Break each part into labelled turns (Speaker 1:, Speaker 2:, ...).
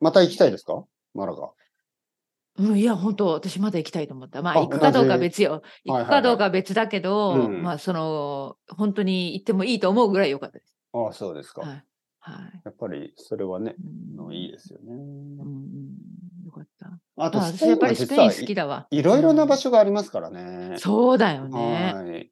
Speaker 1: また行きたいですかマラガ。
Speaker 2: うん、いや、本当、私まだ行きたいと思った。まあ、
Speaker 1: あ
Speaker 2: 行くかどう
Speaker 1: 同
Speaker 2: か
Speaker 1: じ
Speaker 2: 別よ。
Speaker 1: はいはい
Speaker 2: 行くかどうかは別だけど、
Speaker 1: うん
Speaker 2: まあ、その、本当に行ってもいいと思うぐらい良かったです。
Speaker 1: ああ、そうですか。
Speaker 2: はい。はい。
Speaker 1: やっぱり、それはね、
Speaker 2: うん
Speaker 1: いいですよ
Speaker 2: う
Speaker 1: ね。
Speaker 2: んうん、よかった。
Speaker 1: あと、
Speaker 2: まあ、
Speaker 1: ス
Speaker 2: 私
Speaker 1: ペイ
Speaker 2: やっ
Speaker 1: ン
Speaker 2: ぱ
Speaker 1: は
Speaker 2: りスペ
Speaker 1: 実
Speaker 2: イン
Speaker 1: は
Speaker 2: 好きだわ。
Speaker 1: いろいろな場所がありますからね。
Speaker 2: そうだよね。
Speaker 1: はい。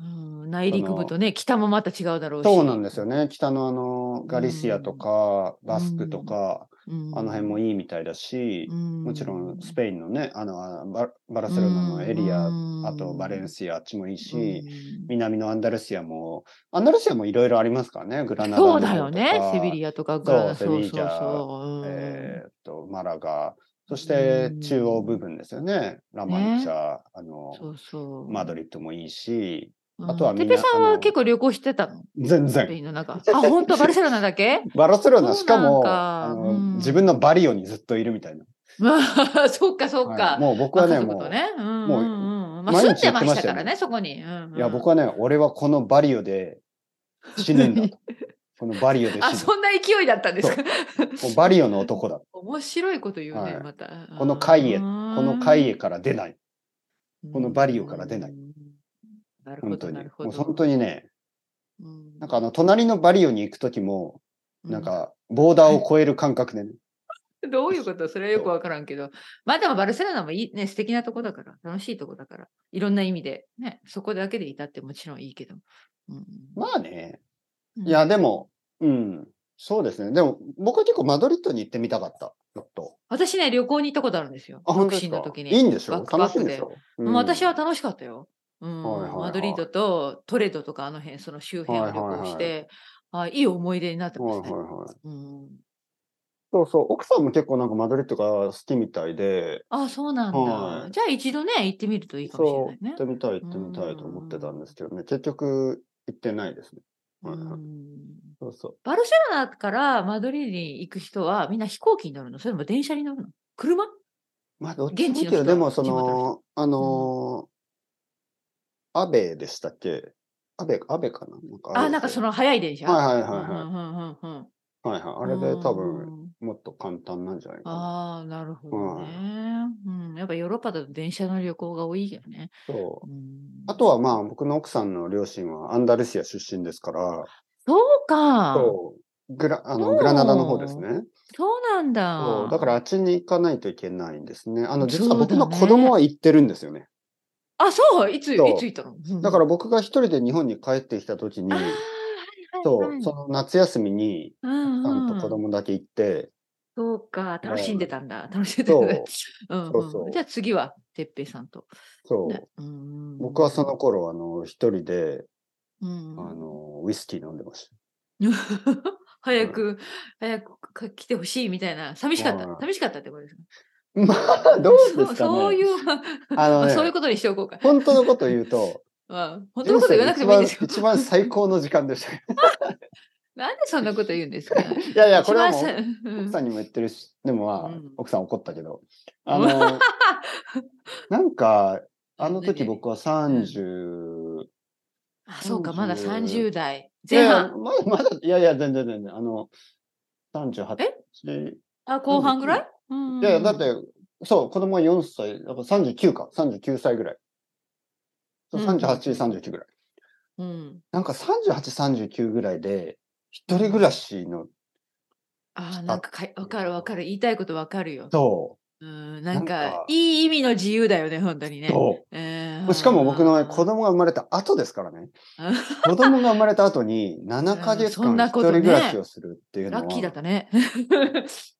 Speaker 2: うん、内陸部とね、北もまた違うだろうし。
Speaker 1: そうなんですよね。北のあの、ガリシアとか、バスクとか、
Speaker 2: うん。
Speaker 1: あの辺もいいみたいだし、も
Speaker 2: も
Speaker 1: ちろんスペインのね、あのババルセロナのエリア、あとバレン
Speaker 2: シ
Speaker 1: シアあっちもいいし、南のアンダルシアも、アンダルシアもいろいろありますからね、グラナダの
Speaker 2: そ
Speaker 1: 方
Speaker 2: う
Speaker 1: とか
Speaker 2: だよね、セビリアとかグラナ
Speaker 1: そ
Speaker 2: そうう
Speaker 1: セビリ
Speaker 2: そう
Speaker 1: ア
Speaker 2: そう。うん
Speaker 1: えーっと、マラガ、そして中央部分ですよね、ラマンチャ、あの、
Speaker 2: そうそう。
Speaker 1: マドリッドもいいし、
Speaker 2: うん
Speaker 1: あとはみ
Speaker 2: て
Speaker 1: んな
Speaker 2: ぺさん
Speaker 1: あ
Speaker 2: は
Speaker 1: の
Speaker 2: 結構旅行してたの
Speaker 1: 全
Speaker 2: スペ
Speaker 1: 然。
Speaker 2: インの中。あ、本当バルセロナだけ
Speaker 1: バルセロナ、
Speaker 2: そ
Speaker 1: し
Speaker 2: うな
Speaker 1: か
Speaker 2: ん
Speaker 1: も、
Speaker 2: か
Speaker 1: あの
Speaker 2: うん
Speaker 1: 自分のバリオにずっといるみたいな。
Speaker 2: まあ、そっかそっか。
Speaker 1: はいもう僕はね、
Speaker 2: まあ家
Speaker 1: も
Speaker 2: 族
Speaker 1: う、
Speaker 2: とね、うん
Speaker 1: もう
Speaker 2: うんうんまあ、
Speaker 1: 毎
Speaker 2: 住ん
Speaker 1: 日
Speaker 2: で
Speaker 1: やっ
Speaker 2: ま
Speaker 1: てま
Speaker 2: し
Speaker 1: したたよね
Speaker 2: からね、そこに。うんうん
Speaker 1: いや、僕はね、俺はこのバリオで死ぬん だと。このバリオで
Speaker 2: あ、
Speaker 1: 死
Speaker 2: そんな勢いだったんですか。
Speaker 1: ぬ。もうバリオの男だ。
Speaker 2: 面白いこと言うね、
Speaker 1: はい
Speaker 2: また。
Speaker 1: この海へ
Speaker 2: こ
Speaker 1: この海へから出ない。このバリオから出ない。
Speaker 2: なるほ
Speaker 1: 本
Speaker 2: ど、
Speaker 1: 当
Speaker 2: な
Speaker 1: に。
Speaker 2: るほ
Speaker 1: もう
Speaker 2: ど。
Speaker 1: 本当にね、
Speaker 2: うん
Speaker 1: なんかあの、隣のバリオに行くときも、なん、か、ボーダーを越える感覚でね。
Speaker 2: うんどういうことそれはよくわからんけど。まあでもバルセロナもいいね、素敵なとこだから、楽しいとこだから、いろんな意味で、ね、そこだけでいたってもちろんいいけど。うん
Speaker 1: まあね、
Speaker 2: うん
Speaker 1: いや、でも、うん、そうですね。でも、僕は結構マドリッドに行ってみたかった。ちょっと。
Speaker 2: 私ね、旅行に行ったことあるんですよ。
Speaker 1: あ、本
Speaker 2: 独
Speaker 1: 当です
Speaker 2: 身の
Speaker 1: か
Speaker 2: 時に。
Speaker 1: いいんでし
Speaker 2: バ
Speaker 1: ょ
Speaker 2: ックパッ
Speaker 1: 楽
Speaker 2: ク
Speaker 1: しいんでしょ
Speaker 2: も
Speaker 1: う
Speaker 2: うん私は楽しかったよ。うん
Speaker 1: はいはいはい
Speaker 2: マドリードとトレドとかあの辺、その周辺を旅行して、
Speaker 1: はい
Speaker 2: いい、あいい思い出になってま
Speaker 1: はい
Speaker 2: す
Speaker 1: はい
Speaker 2: ね。
Speaker 1: はい。
Speaker 2: うん、
Speaker 1: そうそう。奥さんも結構なんかマドリッドが好きみたいで、
Speaker 2: あそうなんだ、
Speaker 1: はい
Speaker 2: じゃあ一度ね、行ってみるといいかもしれ
Speaker 1: そう、
Speaker 2: ない
Speaker 1: 行
Speaker 2: ね
Speaker 1: っ。てみたい、行ってみたいと思ってたんですけどね、結局行ってないですね。
Speaker 2: う
Speaker 1: はいはい
Speaker 2: ん
Speaker 1: そうそう。
Speaker 2: バルセロナからマドリードに行く人はみんな飛行機に乗るのそれとも電車に乗るの車
Speaker 1: まあ、どっち
Speaker 2: 現
Speaker 1: もい
Speaker 2: 地
Speaker 1: い
Speaker 2: の
Speaker 1: けど、
Speaker 2: 人
Speaker 1: でもそ
Speaker 2: 地元の
Speaker 1: の、あのー、アベでしたっけアベ、アベかななんか
Speaker 2: あ、なんかそ
Speaker 1: の、
Speaker 2: の早い電車。
Speaker 1: はい
Speaker 2: い
Speaker 1: はいはいはい。
Speaker 2: は
Speaker 1: はいはい。あれで多分、もっと簡単なんじゃないかな。
Speaker 2: ああ、なるほど
Speaker 1: はい
Speaker 2: ね、うん。やっぱヨーロッパだと電車の旅行が多いよね。
Speaker 1: そう。
Speaker 2: うん
Speaker 1: あとはまあ、僕の奥さんの両親はアンダルシア出身ですから、
Speaker 2: そうか。そう
Speaker 1: そう。グラ、あ
Speaker 2: そ
Speaker 1: の、
Speaker 2: う
Speaker 1: グラナダの方ですね。
Speaker 2: なんだ。
Speaker 1: そう。だからあっちに行かないといけないんですね。あの、実は
Speaker 2: そう
Speaker 1: 僕
Speaker 2: だね
Speaker 1: の子供は行ってるんですよね。
Speaker 2: あ、そういつ、い
Speaker 1: そう
Speaker 2: つ行ったの、うん
Speaker 1: だから僕が一人で日本に帰ってきた時に
Speaker 2: あー、はい
Speaker 1: そ
Speaker 2: はいは
Speaker 1: う、
Speaker 2: い。
Speaker 1: その夏休みに、
Speaker 2: うん
Speaker 1: さん
Speaker 2: う
Speaker 1: と
Speaker 2: ん
Speaker 1: 子供だけ行って、
Speaker 2: そうか、楽しんでたんだ。楽しんでた
Speaker 1: そう
Speaker 2: ね。 うん
Speaker 1: そうそう
Speaker 2: うんじゃあ次は、てっぺいさんと。
Speaker 1: そ
Speaker 2: ね
Speaker 1: う。
Speaker 2: うんうん
Speaker 1: 僕はその、頃、あの、一人で、
Speaker 2: うん
Speaker 1: あの、ウイスキー飲んでまし
Speaker 2: 早く、早くか来てほしいみたいな、寂しかった、
Speaker 1: はい
Speaker 2: 寂しかったってことですか
Speaker 1: た。 まあ、どうですかね。
Speaker 2: そうそういう、
Speaker 1: あのね
Speaker 2: そういうこと にしておこうか。
Speaker 1: 本当のこと言うと、
Speaker 2: まあ、本当のこと言わなくてもいいんです
Speaker 1: 人生
Speaker 2: よ。
Speaker 1: で一番一番最高の時間でした。い
Speaker 2: なんでそんなこと言うんですかい
Speaker 1: やいや、これはもう、
Speaker 2: う
Speaker 1: 奥さんにも言ってるし、でもまあ
Speaker 2: うん、
Speaker 1: 奥さん怒ったけ ど。あの、なんか、あの時僕は30、
Speaker 2: あ、そうか、まだ
Speaker 1: 40
Speaker 2: 30代
Speaker 1: いや
Speaker 2: 前
Speaker 1: いや
Speaker 2: 半。
Speaker 1: まだ、まだ、いやいや、全然全然。あの、38。え
Speaker 2: あ、後半ぐらいうん
Speaker 1: いやいや、だって、そう、子供は4歳、だから39か、39歳ぐらい。そう
Speaker 2: うん
Speaker 1: 38、39ぐらい。
Speaker 2: うん。
Speaker 1: なんか38、39ぐらいで、一人暮らしの、
Speaker 2: あー、なんかかい、わかるわかる。言いたいことわかるよ。
Speaker 1: と、
Speaker 2: うん、なん
Speaker 1: なん
Speaker 2: か
Speaker 1: か、
Speaker 2: いい意味の自由だよね、本当にね。
Speaker 1: と、
Speaker 2: え
Speaker 1: しかも僕の場合子
Speaker 2: 供
Speaker 1: 供が生まれた後ですから ね。子供が生まれた後に7ヶ月
Speaker 2: そ
Speaker 1: 間
Speaker 2: んな
Speaker 1: 一
Speaker 2: こと
Speaker 1: 人
Speaker 2: ね
Speaker 1: 暮らしをするっていうのは、
Speaker 2: ラッキーだったね。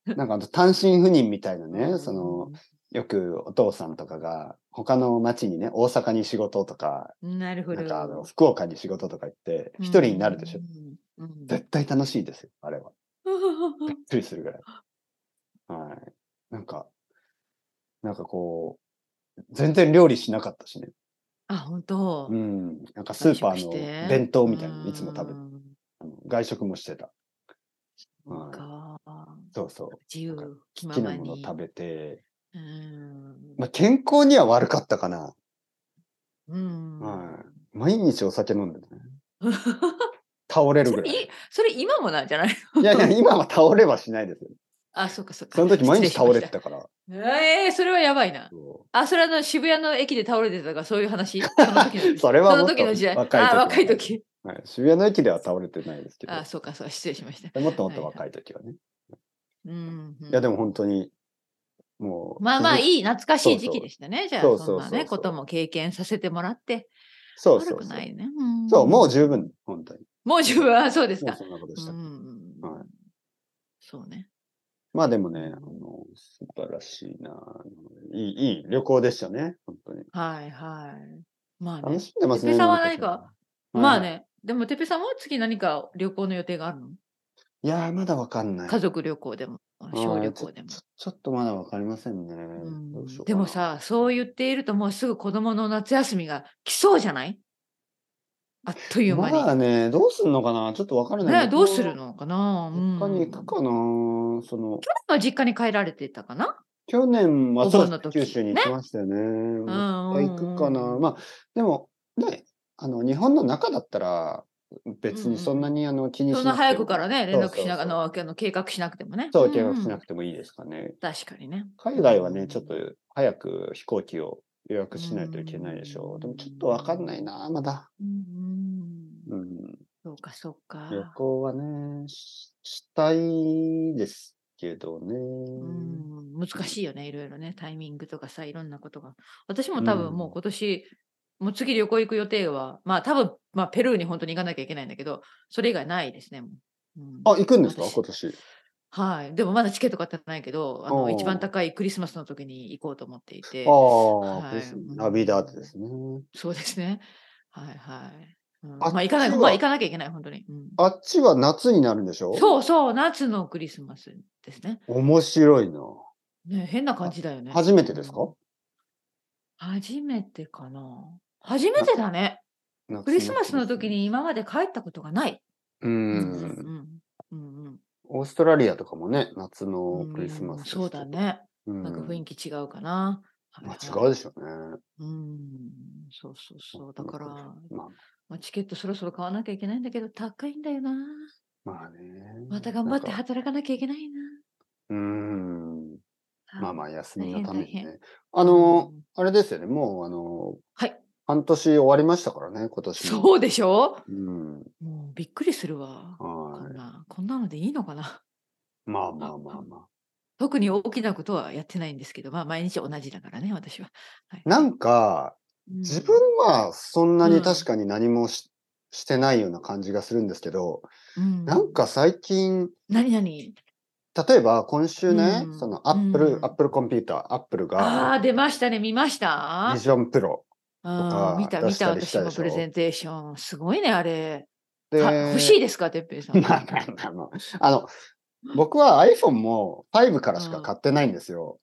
Speaker 1: なんかあの単身赴任みたいな
Speaker 2: う
Speaker 1: ね、
Speaker 2: ん
Speaker 1: その、、よくお父さんとかが他の町にね、大阪に仕事とか、
Speaker 2: なるほど。
Speaker 1: なんかあの福岡に仕事とか行って、一人になるでしょ。
Speaker 2: うん。うん
Speaker 1: 絶対楽しいですよ、あれは。びっくりするぐらい。はい。なんか、なんかこう、全然料理しなかったしね。
Speaker 2: あ、本当
Speaker 1: う。ん。なんかスーパ
Speaker 2: 外食
Speaker 1: ー
Speaker 2: して
Speaker 1: の弁当みたいなのいつも食べて
Speaker 2: うん
Speaker 1: あの、外食もしてた。
Speaker 2: そう
Speaker 1: はい
Speaker 2: か
Speaker 1: そうそう。
Speaker 2: 自
Speaker 1: なん
Speaker 2: 由気
Speaker 1: 好
Speaker 2: ま
Speaker 1: きな
Speaker 2: ま
Speaker 1: もの
Speaker 2: に。
Speaker 1: 食べて、
Speaker 2: うん
Speaker 1: まあ、健康には悪かったかな。
Speaker 2: うん
Speaker 1: はい毎日お酒飲んで ね。倒れる
Speaker 2: そ
Speaker 1: ぐら
Speaker 2: れ
Speaker 1: い。
Speaker 2: いそれ今もなんじゃない
Speaker 1: いやいや、今は倒れはしないですよ。
Speaker 2: あ、そうかそうか。
Speaker 1: その時毎日
Speaker 2: 失礼
Speaker 1: 倒
Speaker 2: しま
Speaker 1: れ
Speaker 2: して
Speaker 1: たから。
Speaker 2: た。ええそれはやばいな。
Speaker 1: そ
Speaker 2: あ、それはあの渋谷の駅で倒れてたとか、そういう 話。その時の
Speaker 1: それは
Speaker 2: そ
Speaker 1: もっ
Speaker 2: の
Speaker 1: と
Speaker 2: 時の時代。
Speaker 1: 若い時
Speaker 2: あ、若い時。
Speaker 1: うはい、渋谷の駅では倒れてないですけど
Speaker 2: あ、そうかそうか、失礼しました。
Speaker 1: もっともっと若い時はね。
Speaker 2: うん、うん。
Speaker 1: いやでも本当にもう
Speaker 2: まあまあ
Speaker 1: い
Speaker 2: いい懐かしい時
Speaker 1: そうそ
Speaker 2: 期
Speaker 1: う
Speaker 2: でしたね。じゃあ
Speaker 1: そう
Speaker 2: そ
Speaker 1: そうん
Speaker 2: な
Speaker 1: そうそう
Speaker 2: ねことも経験させてもらって
Speaker 1: そう
Speaker 2: 悪
Speaker 1: そう
Speaker 2: く
Speaker 1: そ
Speaker 2: ないね。
Speaker 1: う
Speaker 2: うん
Speaker 1: そうもう十分本当に
Speaker 2: もう十分あそうです
Speaker 1: もう
Speaker 2: か。
Speaker 1: そんなことした、
Speaker 2: うん
Speaker 1: は
Speaker 2: そうね。
Speaker 1: まあでもねあの素晴らしいないいいい旅行でしたね本当に
Speaker 2: はいはい。まあね
Speaker 1: 楽。しんでますね
Speaker 2: 哲平さんは
Speaker 1: なん
Speaker 2: 何か
Speaker 1: その
Speaker 2: ま
Speaker 1: は
Speaker 2: あ
Speaker 1: い
Speaker 2: ね。でもてっぺさんも次何か旅行の予定があるの？
Speaker 1: いやーまだわかんない
Speaker 2: 家族旅行でも小旅行でも
Speaker 1: はいちょ。ちょっとまだわかりませんね、
Speaker 2: うん
Speaker 1: どうしようか
Speaker 2: で
Speaker 1: な
Speaker 2: もさそう言っているともうすぐ子供の夏休みが来そうじゃない？あっという間に。
Speaker 1: まあねどうすんのかなちょっとわからない
Speaker 2: ねどうするのかな。うん
Speaker 1: 他に行くかなその
Speaker 2: 去年は実家に帰られてたかな。
Speaker 1: 去年はそ
Speaker 2: お盆の
Speaker 1: う
Speaker 2: 時
Speaker 1: 九州に行きましたよね。もう
Speaker 2: うん
Speaker 1: 一回行くかな。
Speaker 2: うんうん
Speaker 1: まあでもねあの日本の中だったら別にそんなにあの気にしなく
Speaker 2: そん
Speaker 1: ても、
Speaker 2: な早くからね、連絡しながら
Speaker 1: ら
Speaker 2: あのあの計画しなくてもね。
Speaker 1: そう計画しな
Speaker 2: く
Speaker 1: くてもいいですかね。
Speaker 2: 確かにね。
Speaker 1: 海外はねちょっと早く飛行機を予約しないといけないでしょう。
Speaker 2: うん
Speaker 1: でもちょっとわかんないなまだ。
Speaker 2: うんうん。
Speaker 1: うん、
Speaker 2: そうか、そうか。
Speaker 1: 旅行はねししたいですけどね。
Speaker 2: うん難しいよね、いろいろね、タイミングとかさ、いろんなことが。私も多分もう今年、もう次旅行行く予定は、まあ多分、まあペルーに本当に行かなきゃいけないんだけど、それ以外ないですね。もううん
Speaker 1: あ行くんですか
Speaker 2: 私
Speaker 1: 今年。
Speaker 2: はい。でもまだチケット買ってないけど、あ
Speaker 1: お
Speaker 2: の
Speaker 1: う
Speaker 2: 一番高いクリスマスの時に行こうと思っていて。
Speaker 1: ああ、
Speaker 2: はい
Speaker 1: ですねラビダーテですね。
Speaker 2: そうですね。はいはい。うん
Speaker 1: あっ
Speaker 2: まあ行かな
Speaker 1: ち
Speaker 2: い、
Speaker 1: は
Speaker 2: まあ行かなきゃいけない、本当に。うん
Speaker 1: あっちは夏になるんでしょ
Speaker 2: そうそう、夏のクリスマスですね。
Speaker 1: 面白いな。
Speaker 2: ね変な感じだよね。
Speaker 1: 初めてですか
Speaker 2: うん初めてかな。初めてだね。クリスマスの時。に今まで帰ったことがない。
Speaker 1: 夏
Speaker 2: う
Speaker 1: の
Speaker 2: う
Speaker 1: 夏ですねうん。
Speaker 2: んうんうん
Speaker 1: オーストラリアとかもね、夏の
Speaker 2: うん
Speaker 1: クリスマスですけど
Speaker 2: そうだ。ね。
Speaker 1: うん
Speaker 2: なんか雰囲気違うかな。はい
Speaker 1: ま
Speaker 2: はい
Speaker 1: あ違うでしょうね。
Speaker 2: うん。そうそうそう。だから、
Speaker 1: まあ、
Speaker 2: まあ、チケットそろそろ買わなきゃいけないんだけど、高いんだよな。
Speaker 1: まあね。
Speaker 2: また頑張って
Speaker 1: なんか
Speaker 2: 働かなきゃいけないな。
Speaker 1: うん。まあ
Speaker 2: あ、
Speaker 1: まあ、休みのために
Speaker 2: 大変大
Speaker 1: ね。あの、あれですよね。もう、あの、
Speaker 2: はい。
Speaker 1: 半年終わりましたからね、今年も。
Speaker 2: そうでしょ
Speaker 1: うん。
Speaker 2: もうびっくりするわ。こ
Speaker 1: は
Speaker 2: んな、こんなのでいいのかな。
Speaker 1: い。まあまあまあまあ。
Speaker 2: 特に大きなことはやってないんですけど、まあ毎日同じだからね、私は。はい
Speaker 1: なんか、自分、はそんなに確かに何もし,、てないような感じがするんですけど、
Speaker 2: うん
Speaker 1: なん、か最近、
Speaker 2: 何々
Speaker 1: 例えば今週ね、
Speaker 2: うん
Speaker 1: そのアップル、
Speaker 2: うん
Speaker 1: アップルコンピューター、アップル
Speaker 2: ああ
Speaker 1: が
Speaker 2: ー、出ましたね、見ました
Speaker 1: ビジョンプロ。
Speaker 2: うん、見た、
Speaker 1: 出
Speaker 2: 見
Speaker 1: した
Speaker 2: た、
Speaker 1: りしたでしょ
Speaker 2: 私もプレゼンテーション。すごいね、あれ。
Speaker 1: で、
Speaker 2: か欲しいですか、てっぺいさん。
Speaker 1: まあまあまあまああの、僕は iPhone も5からしか買ってないんですよ。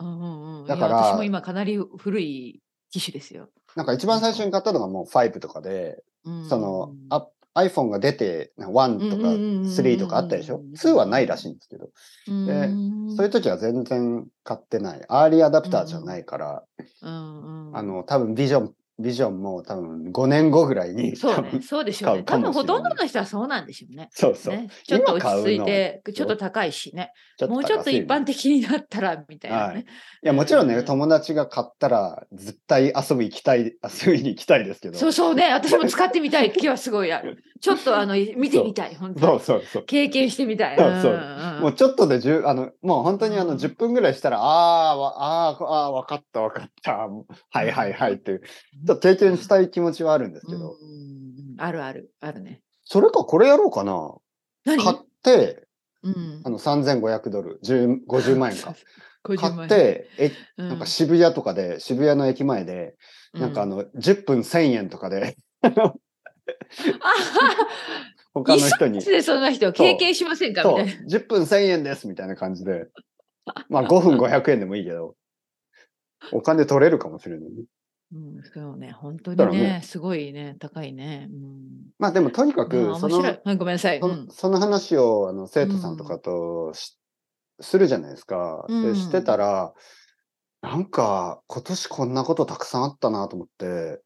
Speaker 2: うんうんうん、
Speaker 1: だから
Speaker 2: いや私も今かなり古い機種ですよ。
Speaker 1: なんか一番最初に買ったのがもう5とかで、
Speaker 2: うん
Speaker 1: その、あ iPhone が出て1とか
Speaker 2: うんうんうんうん
Speaker 1: 3とかあったでしょ ?2 はないらしいんですけど。
Speaker 2: うん
Speaker 1: で
Speaker 2: うん
Speaker 1: そういう時は全然買ってない。アーリーアダプターじゃないから、
Speaker 2: うんうん
Speaker 1: あの、多分ビジョン、ビジョンも多分5年後ぐらいに。
Speaker 2: そう
Speaker 1: 多
Speaker 2: ね、
Speaker 1: 分
Speaker 2: そうでしょうね。
Speaker 1: 買
Speaker 2: 多
Speaker 1: うかも
Speaker 2: 分
Speaker 1: しれ
Speaker 2: ほ
Speaker 1: ない
Speaker 2: とんどの人はそうなんでしょうね。
Speaker 1: そうそう。
Speaker 2: ね、ちょっと落
Speaker 1: 今買
Speaker 2: ち
Speaker 1: う
Speaker 2: 着い
Speaker 1: の
Speaker 2: て、ちょっと
Speaker 1: ち
Speaker 2: 高いしね、
Speaker 1: ちょっと
Speaker 2: もうちょっ
Speaker 1: 高
Speaker 2: と
Speaker 1: すぎ
Speaker 2: 一
Speaker 1: る
Speaker 2: 般的になったらみたいなね。
Speaker 1: いや、もちろんね、
Speaker 2: うん
Speaker 1: 友達が買ったら、絶対遊び行きたい、遊びに行きたいですけど。
Speaker 2: そうそうね、私も使ってみたい気はすごい ある。ちょっとあの見てみたい、本当
Speaker 1: そう
Speaker 2: に。
Speaker 1: そうそう。
Speaker 2: 経験してみたい。
Speaker 1: そうそうん
Speaker 2: んん
Speaker 1: もうちょっとで10、あの、もう本当にあ
Speaker 2: う
Speaker 1: の
Speaker 2: ん
Speaker 1: 10分ぐらいしたら、あーわあー、こあー、わかったわかった。はいはいはいっていう、ちょっと経験したい気持ちはあるんですけど、
Speaker 2: うんうんうんあるある、あるね。
Speaker 1: それかこれやろうかな。
Speaker 2: 何
Speaker 1: 買って、
Speaker 2: うん
Speaker 1: あの、3500ドル、10 50万円か。。
Speaker 2: 50
Speaker 1: 買
Speaker 2: 万
Speaker 1: っ
Speaker 2: 円、
Speaker 1: て、え
Speaker 2: う
Speaker 1: なんか渋谷とかで、渋谷の駅前で、なんかあ
Speaker 2: う
Speaker 1: の、10分1000円とかで、
Speaker 2: あ
Speaker 1: 他の人に、
Speaker 2: い
Speaker 1: そ
Speaker 2: つでそんな人経験しませんかみ
Speaker 1: う、
Speaker 2: たいな。
Speaker 1: 10分1000円ですみたいな感じで、まあ5分500円でもいいけど、お金取れるかもしれないね。
Speaker 2: うん、そうね、本当
Speaker 1: だ
Speaker 2: に
Speaker 1: からね
Speaker 2: ね、すごいね、高いね。うん
Speaker 1: まあでもとにか
Speaker 2: ま
Speaker 1: く
Speaker 2: あ、
Speaker 1: そ
Speaker 2: 面
Speaker 1: の
Speaker 2: 白、い。はいごめんなさい。
Speaker 1: そのその話をあの生徒さんとかとし、するじゃないですか。
Speaker 2: う
Speaker 1: で、
Speaker 2: ん
Speaker 1: してたら、なんか今年こんなことたくさんあったなと思って、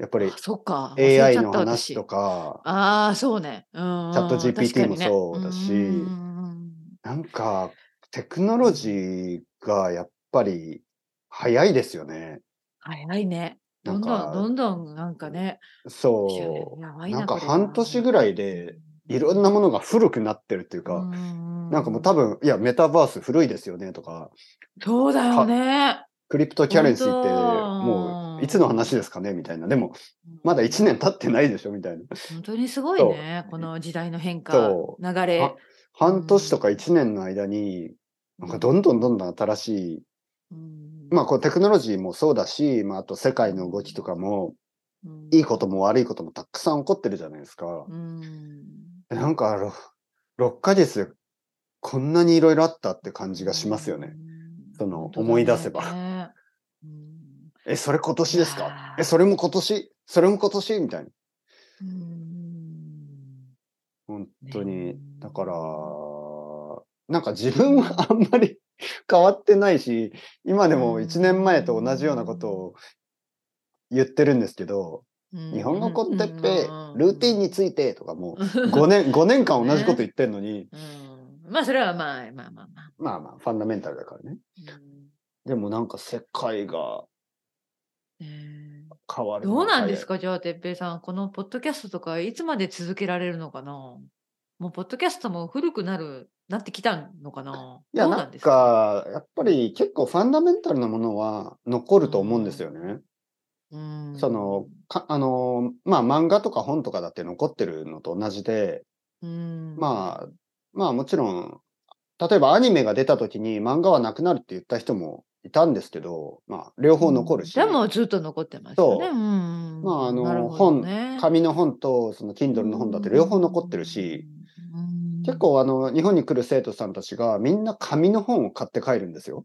Speaker 1: やっぱり
Speaker 2: あそっか。忘れちゃっ
Speaker 1: AI
Speaker 2: た
Speaker 1: の話と
Speaker 2: 私
Speaker 1: か、
Speaker 2: ああ、そうね。チャ
Speaker 1: チャット GPT もそうだし
Speaker 2: うん
Speaker 1: なんか、テクノロジーがやっぱり早いですよね。
Speaker 2: 早いね。どんど
Speaker 1: なん
Speaker 2: ん、
Speaker 1: か
Speaker 2: どんどんなんかね。
Speaker 1: そ
Speaker 2: やば
Speaker 1: う。
Speaker 2: い
Speaker 1: なん
Speaker 2: な
Speaker 1: か
Speaker 2: これ
Speaker 1: 半年ぐらいで、いろんなものが古くなってるっていうか、なんかもう多分、
Speaker 2: 分。
Speaker 1: いや、メタバース古いですよねとか、
Speaker 2: そうだよね。
Speaker 1: クリプトキャレンシーって
Speaker 2: 本当
Speaker 1: もういつの話ですかねみたいな。でも、まだ1年
Speaker 2: 年。
Speaker 1: 経ってないでしょみたいな。
Speaker 2: 本当にすごいね。この時代の変化、
Speaker 1: そ
Speaker 2: 流
Speaker 1: あ
Speaker 2: れ。
Speaker 1: 半年とか1年の間に、なんかどんどんどんどん新しい、
Speaker 2: うん
Speaker 1: まあこうテクノロジーもそうだし、まああと世界の動きとかも、
Speaker 2: うん
Speaker 1: いいことも悪いこともたくさん起こってるじゃないですか。
Speaker 2: うん
Speaker 1: なんかろ、6ヶ月でこんなにいろいろあったって感じがしますよね。
Speaker 2: うん
Speaker 1: その
Speaker 2: 本当だね
Speaker 1: 思い出せば
Speaker 2: ねうん
Speaker 1: え、それ今年です
Speaker 2: いや
Speaker 1: か
Speaker 2: ー
Speaker 1: え、それも今年それも今年みたいな。
Speaker 2: うん
Speaker 1: 本当に
Speaker 2: ね。
Speaker 1: だから、なんか自分はあんまり 変わってないし、今でも1年前と同じようなことを言ってるんですけど、
Speaker 2: うん
Speaker 1: 日本の子ってっ
Speaker 2: うん
Speaker 1: て
Speaker 2: うん、
Speaker 1: ルーティンについてとかもう
Speaker 2: うん
Speaker 1: 5年、5年 間同じこと言ってんのに、
Speaker 2: うんまあそれはまあまあまあまあ。
Speaker 1: まあまあ、ファンダメンタルだからね。
Speaker 2: うん
Speaker 1: でもなんか世界が
Speaker 2: ねえ
Speaker 1: 変わるの
Speaker 2: ど
Speaker 1: が
Speaker 2: うなんです
Speaker 1: 早い
Speaker 2: かじゃあ、てっぺいさん、このポッドキャストとか、いつまで続けられるのかなもう、ポッドキャストも古くなる、なってきたのかない
Speaker 1: や、
Speaker 2: どう
Speaker 1: なん
Speaker 2: です
Speaker 1: か、やっぱり結構ファンダメンタルなものは残ると思うんですよね。
Speaker 2: うん
Speaker 1: その、かあの、まあ漫画とか本とかだって残ってるのと同じで、
Speaker 2: うん、
Speaker 1: まあ、まあもちろん、例えばアニメが出た時に漫画はなくなるって言った人もいたんですけど、まあ両方残るし、
Speaker 2: でも、ずっと残ってますよね。
Speaker 1: そうんまああの
Speaker 2: なるほどね
Speaker 1: 紙の本とその Kindle の本だって両方残ってるし、、
Speaker 2: うん
Speaker 1: 結、構あの日本に来る生徒さんたちがみんな紙の本を買って帰るんですよ。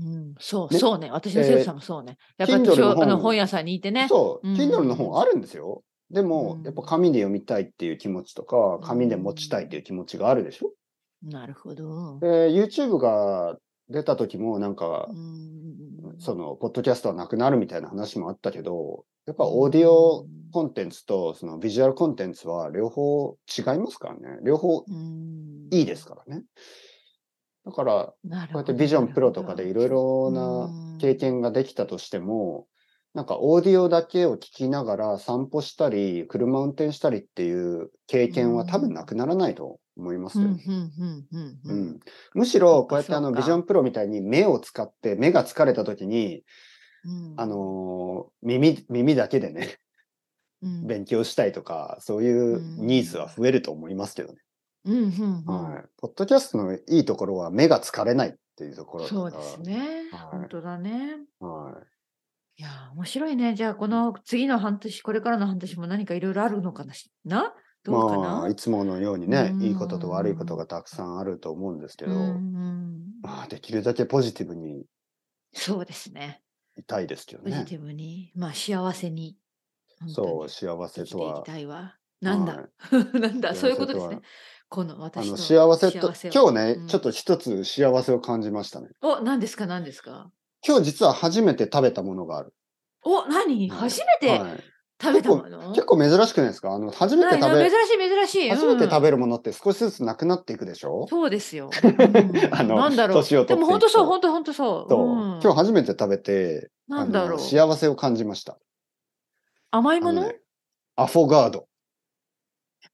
Speaker 2: うん、そう、
Speaker 1: ね
Speaker 2: そうね。私の生徒さんもそうね。やっぱ
Speaker 1: Kindle
Speaker 2: り
Speaker 1: の
Speaker 2: 図書あの
Speaker 1: 本
Speaker 2: 本屋さんにいてね。
Speaker 1: そう、
Speaker 2: うん
Speaker 1: Kindle の本あるんですよ。で
Speaker 2: う
Speaker 1: も
Speaker 2: ん、
Speaker 1: やっぱ紙で読みたいっていう気持ちとか、紙で持ちたいっていう気持ちがあるでしょ。
Speaker 2: なるほど。
Speaker 1: で、YouTube が出た時もなんか
Speaker 2: う、ん
Speaker 1: その、ポッドキャストはなくなるみたいな話もあったけど、やっぱオーディオコンテンツとそのビジュアルコンテンツは両方違いますからね。両方
Speaker 2: うん
Speaker 1: いいですからね。だから、こ
Speaker 2: なる
Speaker 1: うや
Speaker 2: ほど
Speaker 1: ってビジョンプロとかでいろいろな経験ができたとしても、なんかオーディオだけを聞きながら散歩したり、車運転したりっていう経験は多分なくならないと思いますよ。
Speaker 2: うんうんうんう
Speaker 1: うんん、むしろ、こうやって
Speaker 2: そう
Speaker 1: あ
Speaker 2: か
Speaker 1: のビジョンプロみたいに目を使って、目が疲れた時に、
Speaker 2: うん
Speaker 1: あのー耳、耳だけでね、
Speaker 2: うん
Speaker 1: 勉強したいとか、そういうニーズは増えると思いますけどね。
Speaker 2: うんうんうん
Speaker 1: はい。ポッドキャストのいいところは目が疲れないっていうところだから
Speaker 2: そうです。ね。
Speaker 1: はい
Speaker 2: 本当だね。
Speaker 1: はい
Speaker 2: やー、面白いね。じゃあ、この次の半年、これからの半年も何かいろいろあるのかなしなどうか
Speaker 1: い。まあ、
Speaker 2: ない
Speaker 1: つものようにね
Speaker 2: う、ん
Speaker 1: いいことと悪いことがたくさんあると思うんですけど、
Speaker 2: うんうん
Speaker 1: まあ、できるだけポジティブに
Speaker 2: そうですね。
Speaker 1: いたいですけど
Speaker 2: ポジ
Speaker 1: ね
Speaker 2: テ。ィブに、まあ、幸せに。本当に
Speaker 1: そう、幸せ
Speaker 2: 生き
Speaker 1: と
Speaker 2: てい
Speaker 1: は
Speaker 2: き。たいわ。なんだ、
Speaker 1: はい
Speaker 2: なんだ、そういうことで
Speaker 1: 幸
Speaker 2: す
Speaker 1: せ
Speaker 2: ね
Speaker 1: は。
Speaker 2: この
Speaker 1: あ
Speaker 2: 私
Speaker 1: の
Speaker 2: の
Speaker 1: 幸せと
Speaker 2: 幸せを
Speaker 1: 今日ね、
Speaker 2: うん
Speaker 1: ちょっと一つ幸せを感じましたね。
Speaker 2: お、何ですか、何ですか。
Speaker 1: 今日実は初めて食べたものがある。
Speaker 2: お、何、
Speaker 1: はい
Speaker 2: 初めて
Speaker 1: はい、
Speaker 2: 食べたもの、
Speaker 1: 結構珍しくないですかあの初め
Speaker 2: な
Speaker 1: て
Speaker 2: い
Speaker 1: 食
Speaker 2: な
Speaker 1: べ
Speaker 2: 珍しい珍しい。
Speaker 1: 初めて食
Speaker 2: べ、
Speaker 1: べるものって少しずつなくなっていくでしょ、
Speaker 2: そうで すよ。うん
Speaker 1: あの
Speaker 2: なんだろう。
Speaker 1: 年を取ってい
Speaker 2: で
Speaker 1: くと
Speaker 2: も本当そう、本当本当そう。
Speaker 1: そう
Speaker 2: うん
Speaker 1: 今日初めて食べて
Speaker 2: なんだろ
Speaker 1: あの
Speaker 2: う。
Speaker 1: 幸せを感じました。
Speaker 2: 甘い
Speaker 1: あ
Speaker 2: もの
Speaker 1: のねアフォガード。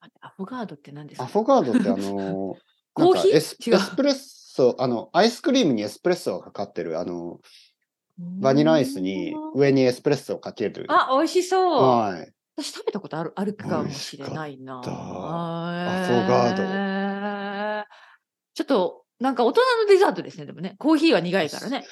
Speaker 2: 待ってアフォガードって何です
Speaker 1: ア
Speaker 2: か
Speaker 1: フォガードってあの
Speaker 2: コ
Speaker 1: な
Speaker 2: ーヒー
Speaker 1: んかエス
Speaker 2: 違う
Speaker 1: エスプレッソあのアイスクリームにエスプレッソがかかってるあのバニラアイスに
Speaker 2: うん
Speaker 1: 上にエスプレッソをかける。
Speaker 2: あ、美味しそう。
Speaker 1: はい。
Speaker 2: 私食べたことあるあるかもしれないな。
Speaker 1: 美味しかった
Speaker 2: ア
Speaker 1: アフォ
Speaker 2: ガード。ちょっと、なんか大人のデザートですね、でもね。コーヒーは苦いからね。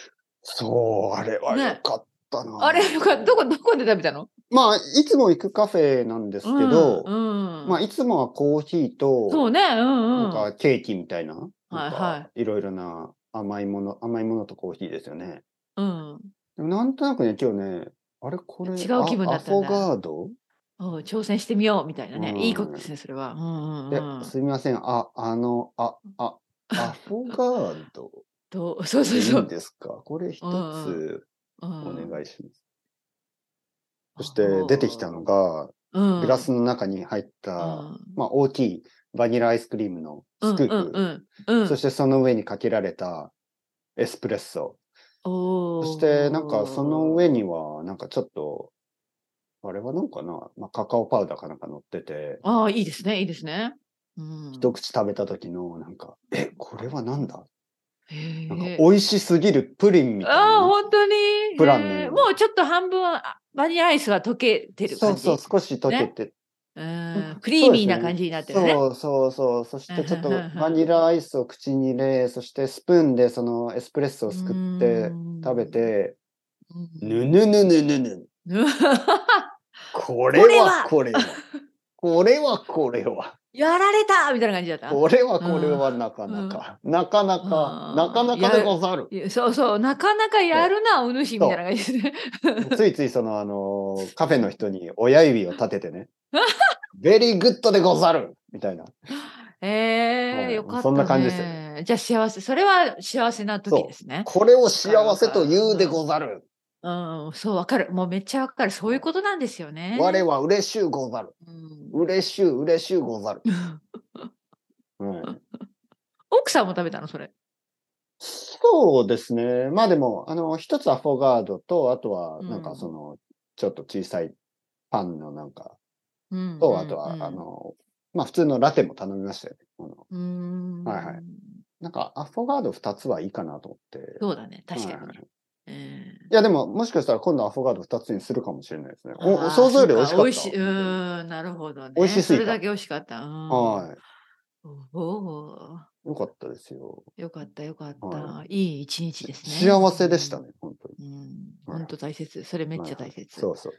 Speaker 1: そうあれは
Speaker 2: ね
Speaker 1: よかったな。
Speaker 2: あれ、よかったどこ、どこで食べたの
Speaker 1: まあいつも行くカフェなんですけど、
Speaker 2: うんうん
Speaker 1: まあいつもはコーヒー
Speaker 2: そう
Speaker 1: と
Speaker 2: ね、うんう。
Speaker 1: なんんかケーキみたいな、なんか、
Speaker 2: はいはい
Speaker 1: ろいろな甘いもの甘いものとコーヒーですよね。
Speaker 2: うん
Speaker 1: でもなんとなくね、今日ね、あれこれ、
Speaker 2: 違う気分だったん
Speaker 1: ア
Speaker 2: だ
Speaker 1: フォガード、
Speaker 2: おう挑戦してみようみたいなね。
Speaker 1: うん
Speaker 2: いいことですね、それは。うんうん
Speaker 1: で
Speaker 2: うん、
Speaker 1: すみません、あ、あの、あ、 あ、アフォガード
Speaker 2: とそう
Speaker 1: で
Speaker 2: そう
Speaker 1: い
Speaker 2: そ
Speaker 1: いん
Speaker 2: う。
Speaker 1: ですかこれ一
Speaker 2: うんう
Speaker 1: つ
Speaker 2: お
Speaker 1: お願いします。そし
Speaker 2: あ
Speaker 1: て
Speaker 2: ー
Speaker 1: 出てきたのが、
Speaker 2: うん、
Speaker 1: グラスの中に入った、
Speaker 2: うん
Speaker 1: まあ大きいバニラアイスクリームのスクープ、
Speaker 2: うんうんうん。
Speaker 1: そしてその上にかけられたエスプレッソ。
Speaker 2: そ
Speaker 1: そしてなんかその上にはなんかちょっと、あれはなんかな、まあ、カカオパウダーかなんか乗ってて、
Speaker 2: ああ、いいですね、いいですね。うん、
Speaker 1: 一口食べた時のなんか、え、これはなんだ
Speaker 2: へえ
Speaker 1: なんか美味しすぎるプリンみたい
Speaker 2: ああ、
Speaker 1: な。
Speaker 2: 本当に。
Speaker 1: プランのよう
Speaker 2: へえ
Speaker 1: な
Speaker 2: もうちょっと半分あバニラアイスが溶けてる
Speaker 1: そ
Speaker 2: 感
Speaker 1: う
Speaker 2: じ。
Speaker 1: そう、少し溶けて
Speaker 2: うんクリーミーな感じになってるね。
Speaker 1: そうそうそう。そしてちょっと
Speaker 2: うんうんうんうん
Speaker 1: バニラアイスを口に入れ、そしてスプーンでそのエスプレッソをすくって食べて、
Speaker 2: うん、
Speaker 1: ぬぬぬぬぬぬ。
Speaker 2: うん
Speaker 1: これはこれは。これはこれは。
Speaker 2: やられたみたいな感じだった。
Speaker 1: これはこれはなかなか。なかな
Speaker 2: う
Speaker 1: か
Speaker 2: ん、
Speaker 1: なかなかでござる。
Speaker 2: いやそうそう、なかなかやるな、お主みたいな感じ ですね。
Speaker 1: ついついそのあのー、カフェの人に親指を立てて ね。ベリーグッドでござるみたいな。
Speaker 2: え
Speaker 1: は
Speaker 2: え、
Speaker 1: い
Speaker 2: よかった、ね。
Speaker 1: そんな感じですよ
Speaker 2: じゃあ幸せ、それは幸せな時ですね。
Speaker 1: これを幸せと言うでござる。
Speaker 2: うん、そう、わかる。もうめっちゃわかる。そういうことなんですよね。
Speaker 1: 我は嬉しゅうござる。
Speaker 2: うん
Speaker 1: 嬉しゅう嬉しゅうござる。うん、
Speaker 2: 奥さんも食べたの、それ。
Speaker 1: そうですね。まあでも、あの、一つアフォガードと、あとは、なん
Speaker 2: う
Speaker 1: か
Speaker 2: ん
Speaker 1: その、ちょっと小さいパンのなんか
Speaker 2: うん
Speaker 1: と、あとは、あ、の、まあ普通のラテも頼みましたよね。あの
Speaker 2: うんうん、
Speaker 1: はいはいなんかアフォガード2つはいいかなと思って。
Speaker 2: そうだね、確か
Speaker 1: はい
Speaker 2: に。え
Speaker 1: いやでも、もしかしたら今度アフォガード2つにするかもしれないですね。
Speaker 2: え
Speaker 1: お想像より美味しかった。
Speaker 2: 美味しい、うーん、なるほどね。
Speaker 1: 美味しす
Speaker 2: そ
Speaker 1: ぎた
Speaker 2: れだけ美味しかった。うん、。
Speaker 1: はい
Speaker 2: おお、
Speaker 1: よかったですよ。
Speaker 2: よかった、よかった。、
Speaker 1: はい
Speaker 2: い一日ですね。
Speaker 1: 幸せでしたね、本当に。
Speaker 2: うん。
Speaker 1: はい
Speaker 2: 本当大切。それめっちゃ大切。
Speaker 1: そうそう。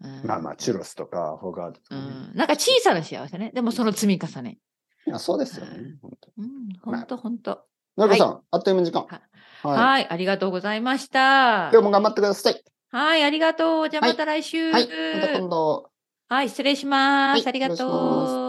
Speaker 2: うん
Speaker 1: まあまあ、チュロスとかアフォガードとか
Speaker 2: う
Speaker 1: ね、
Speaker 2: ん、なんか小さな幸せね。でもその積み重ね。
Speaker 1: いやそうですよね
Speaker 2: はい。
Speaker 1: 本当
Speaker 2: うん、ほんとほんと。
Speaker 1: のりこさん、あっという間に時間。
Speaker 2: は
Speaker 1: はい。
Speaker 2: はい、ありがとうございました。
Speaker 1: 今日も頑張ってください。
Speaker 2: はい、ありがとう。じゃあまた来週。
Speaker 1: はい。また今度。
Speaker 2: はい、失礼しま
Speaker 1: は
Speaker 2: す。
Speaker 1: い
Speaker 2: ありがと
Speaker 1: お願いし
Speaker 2: う。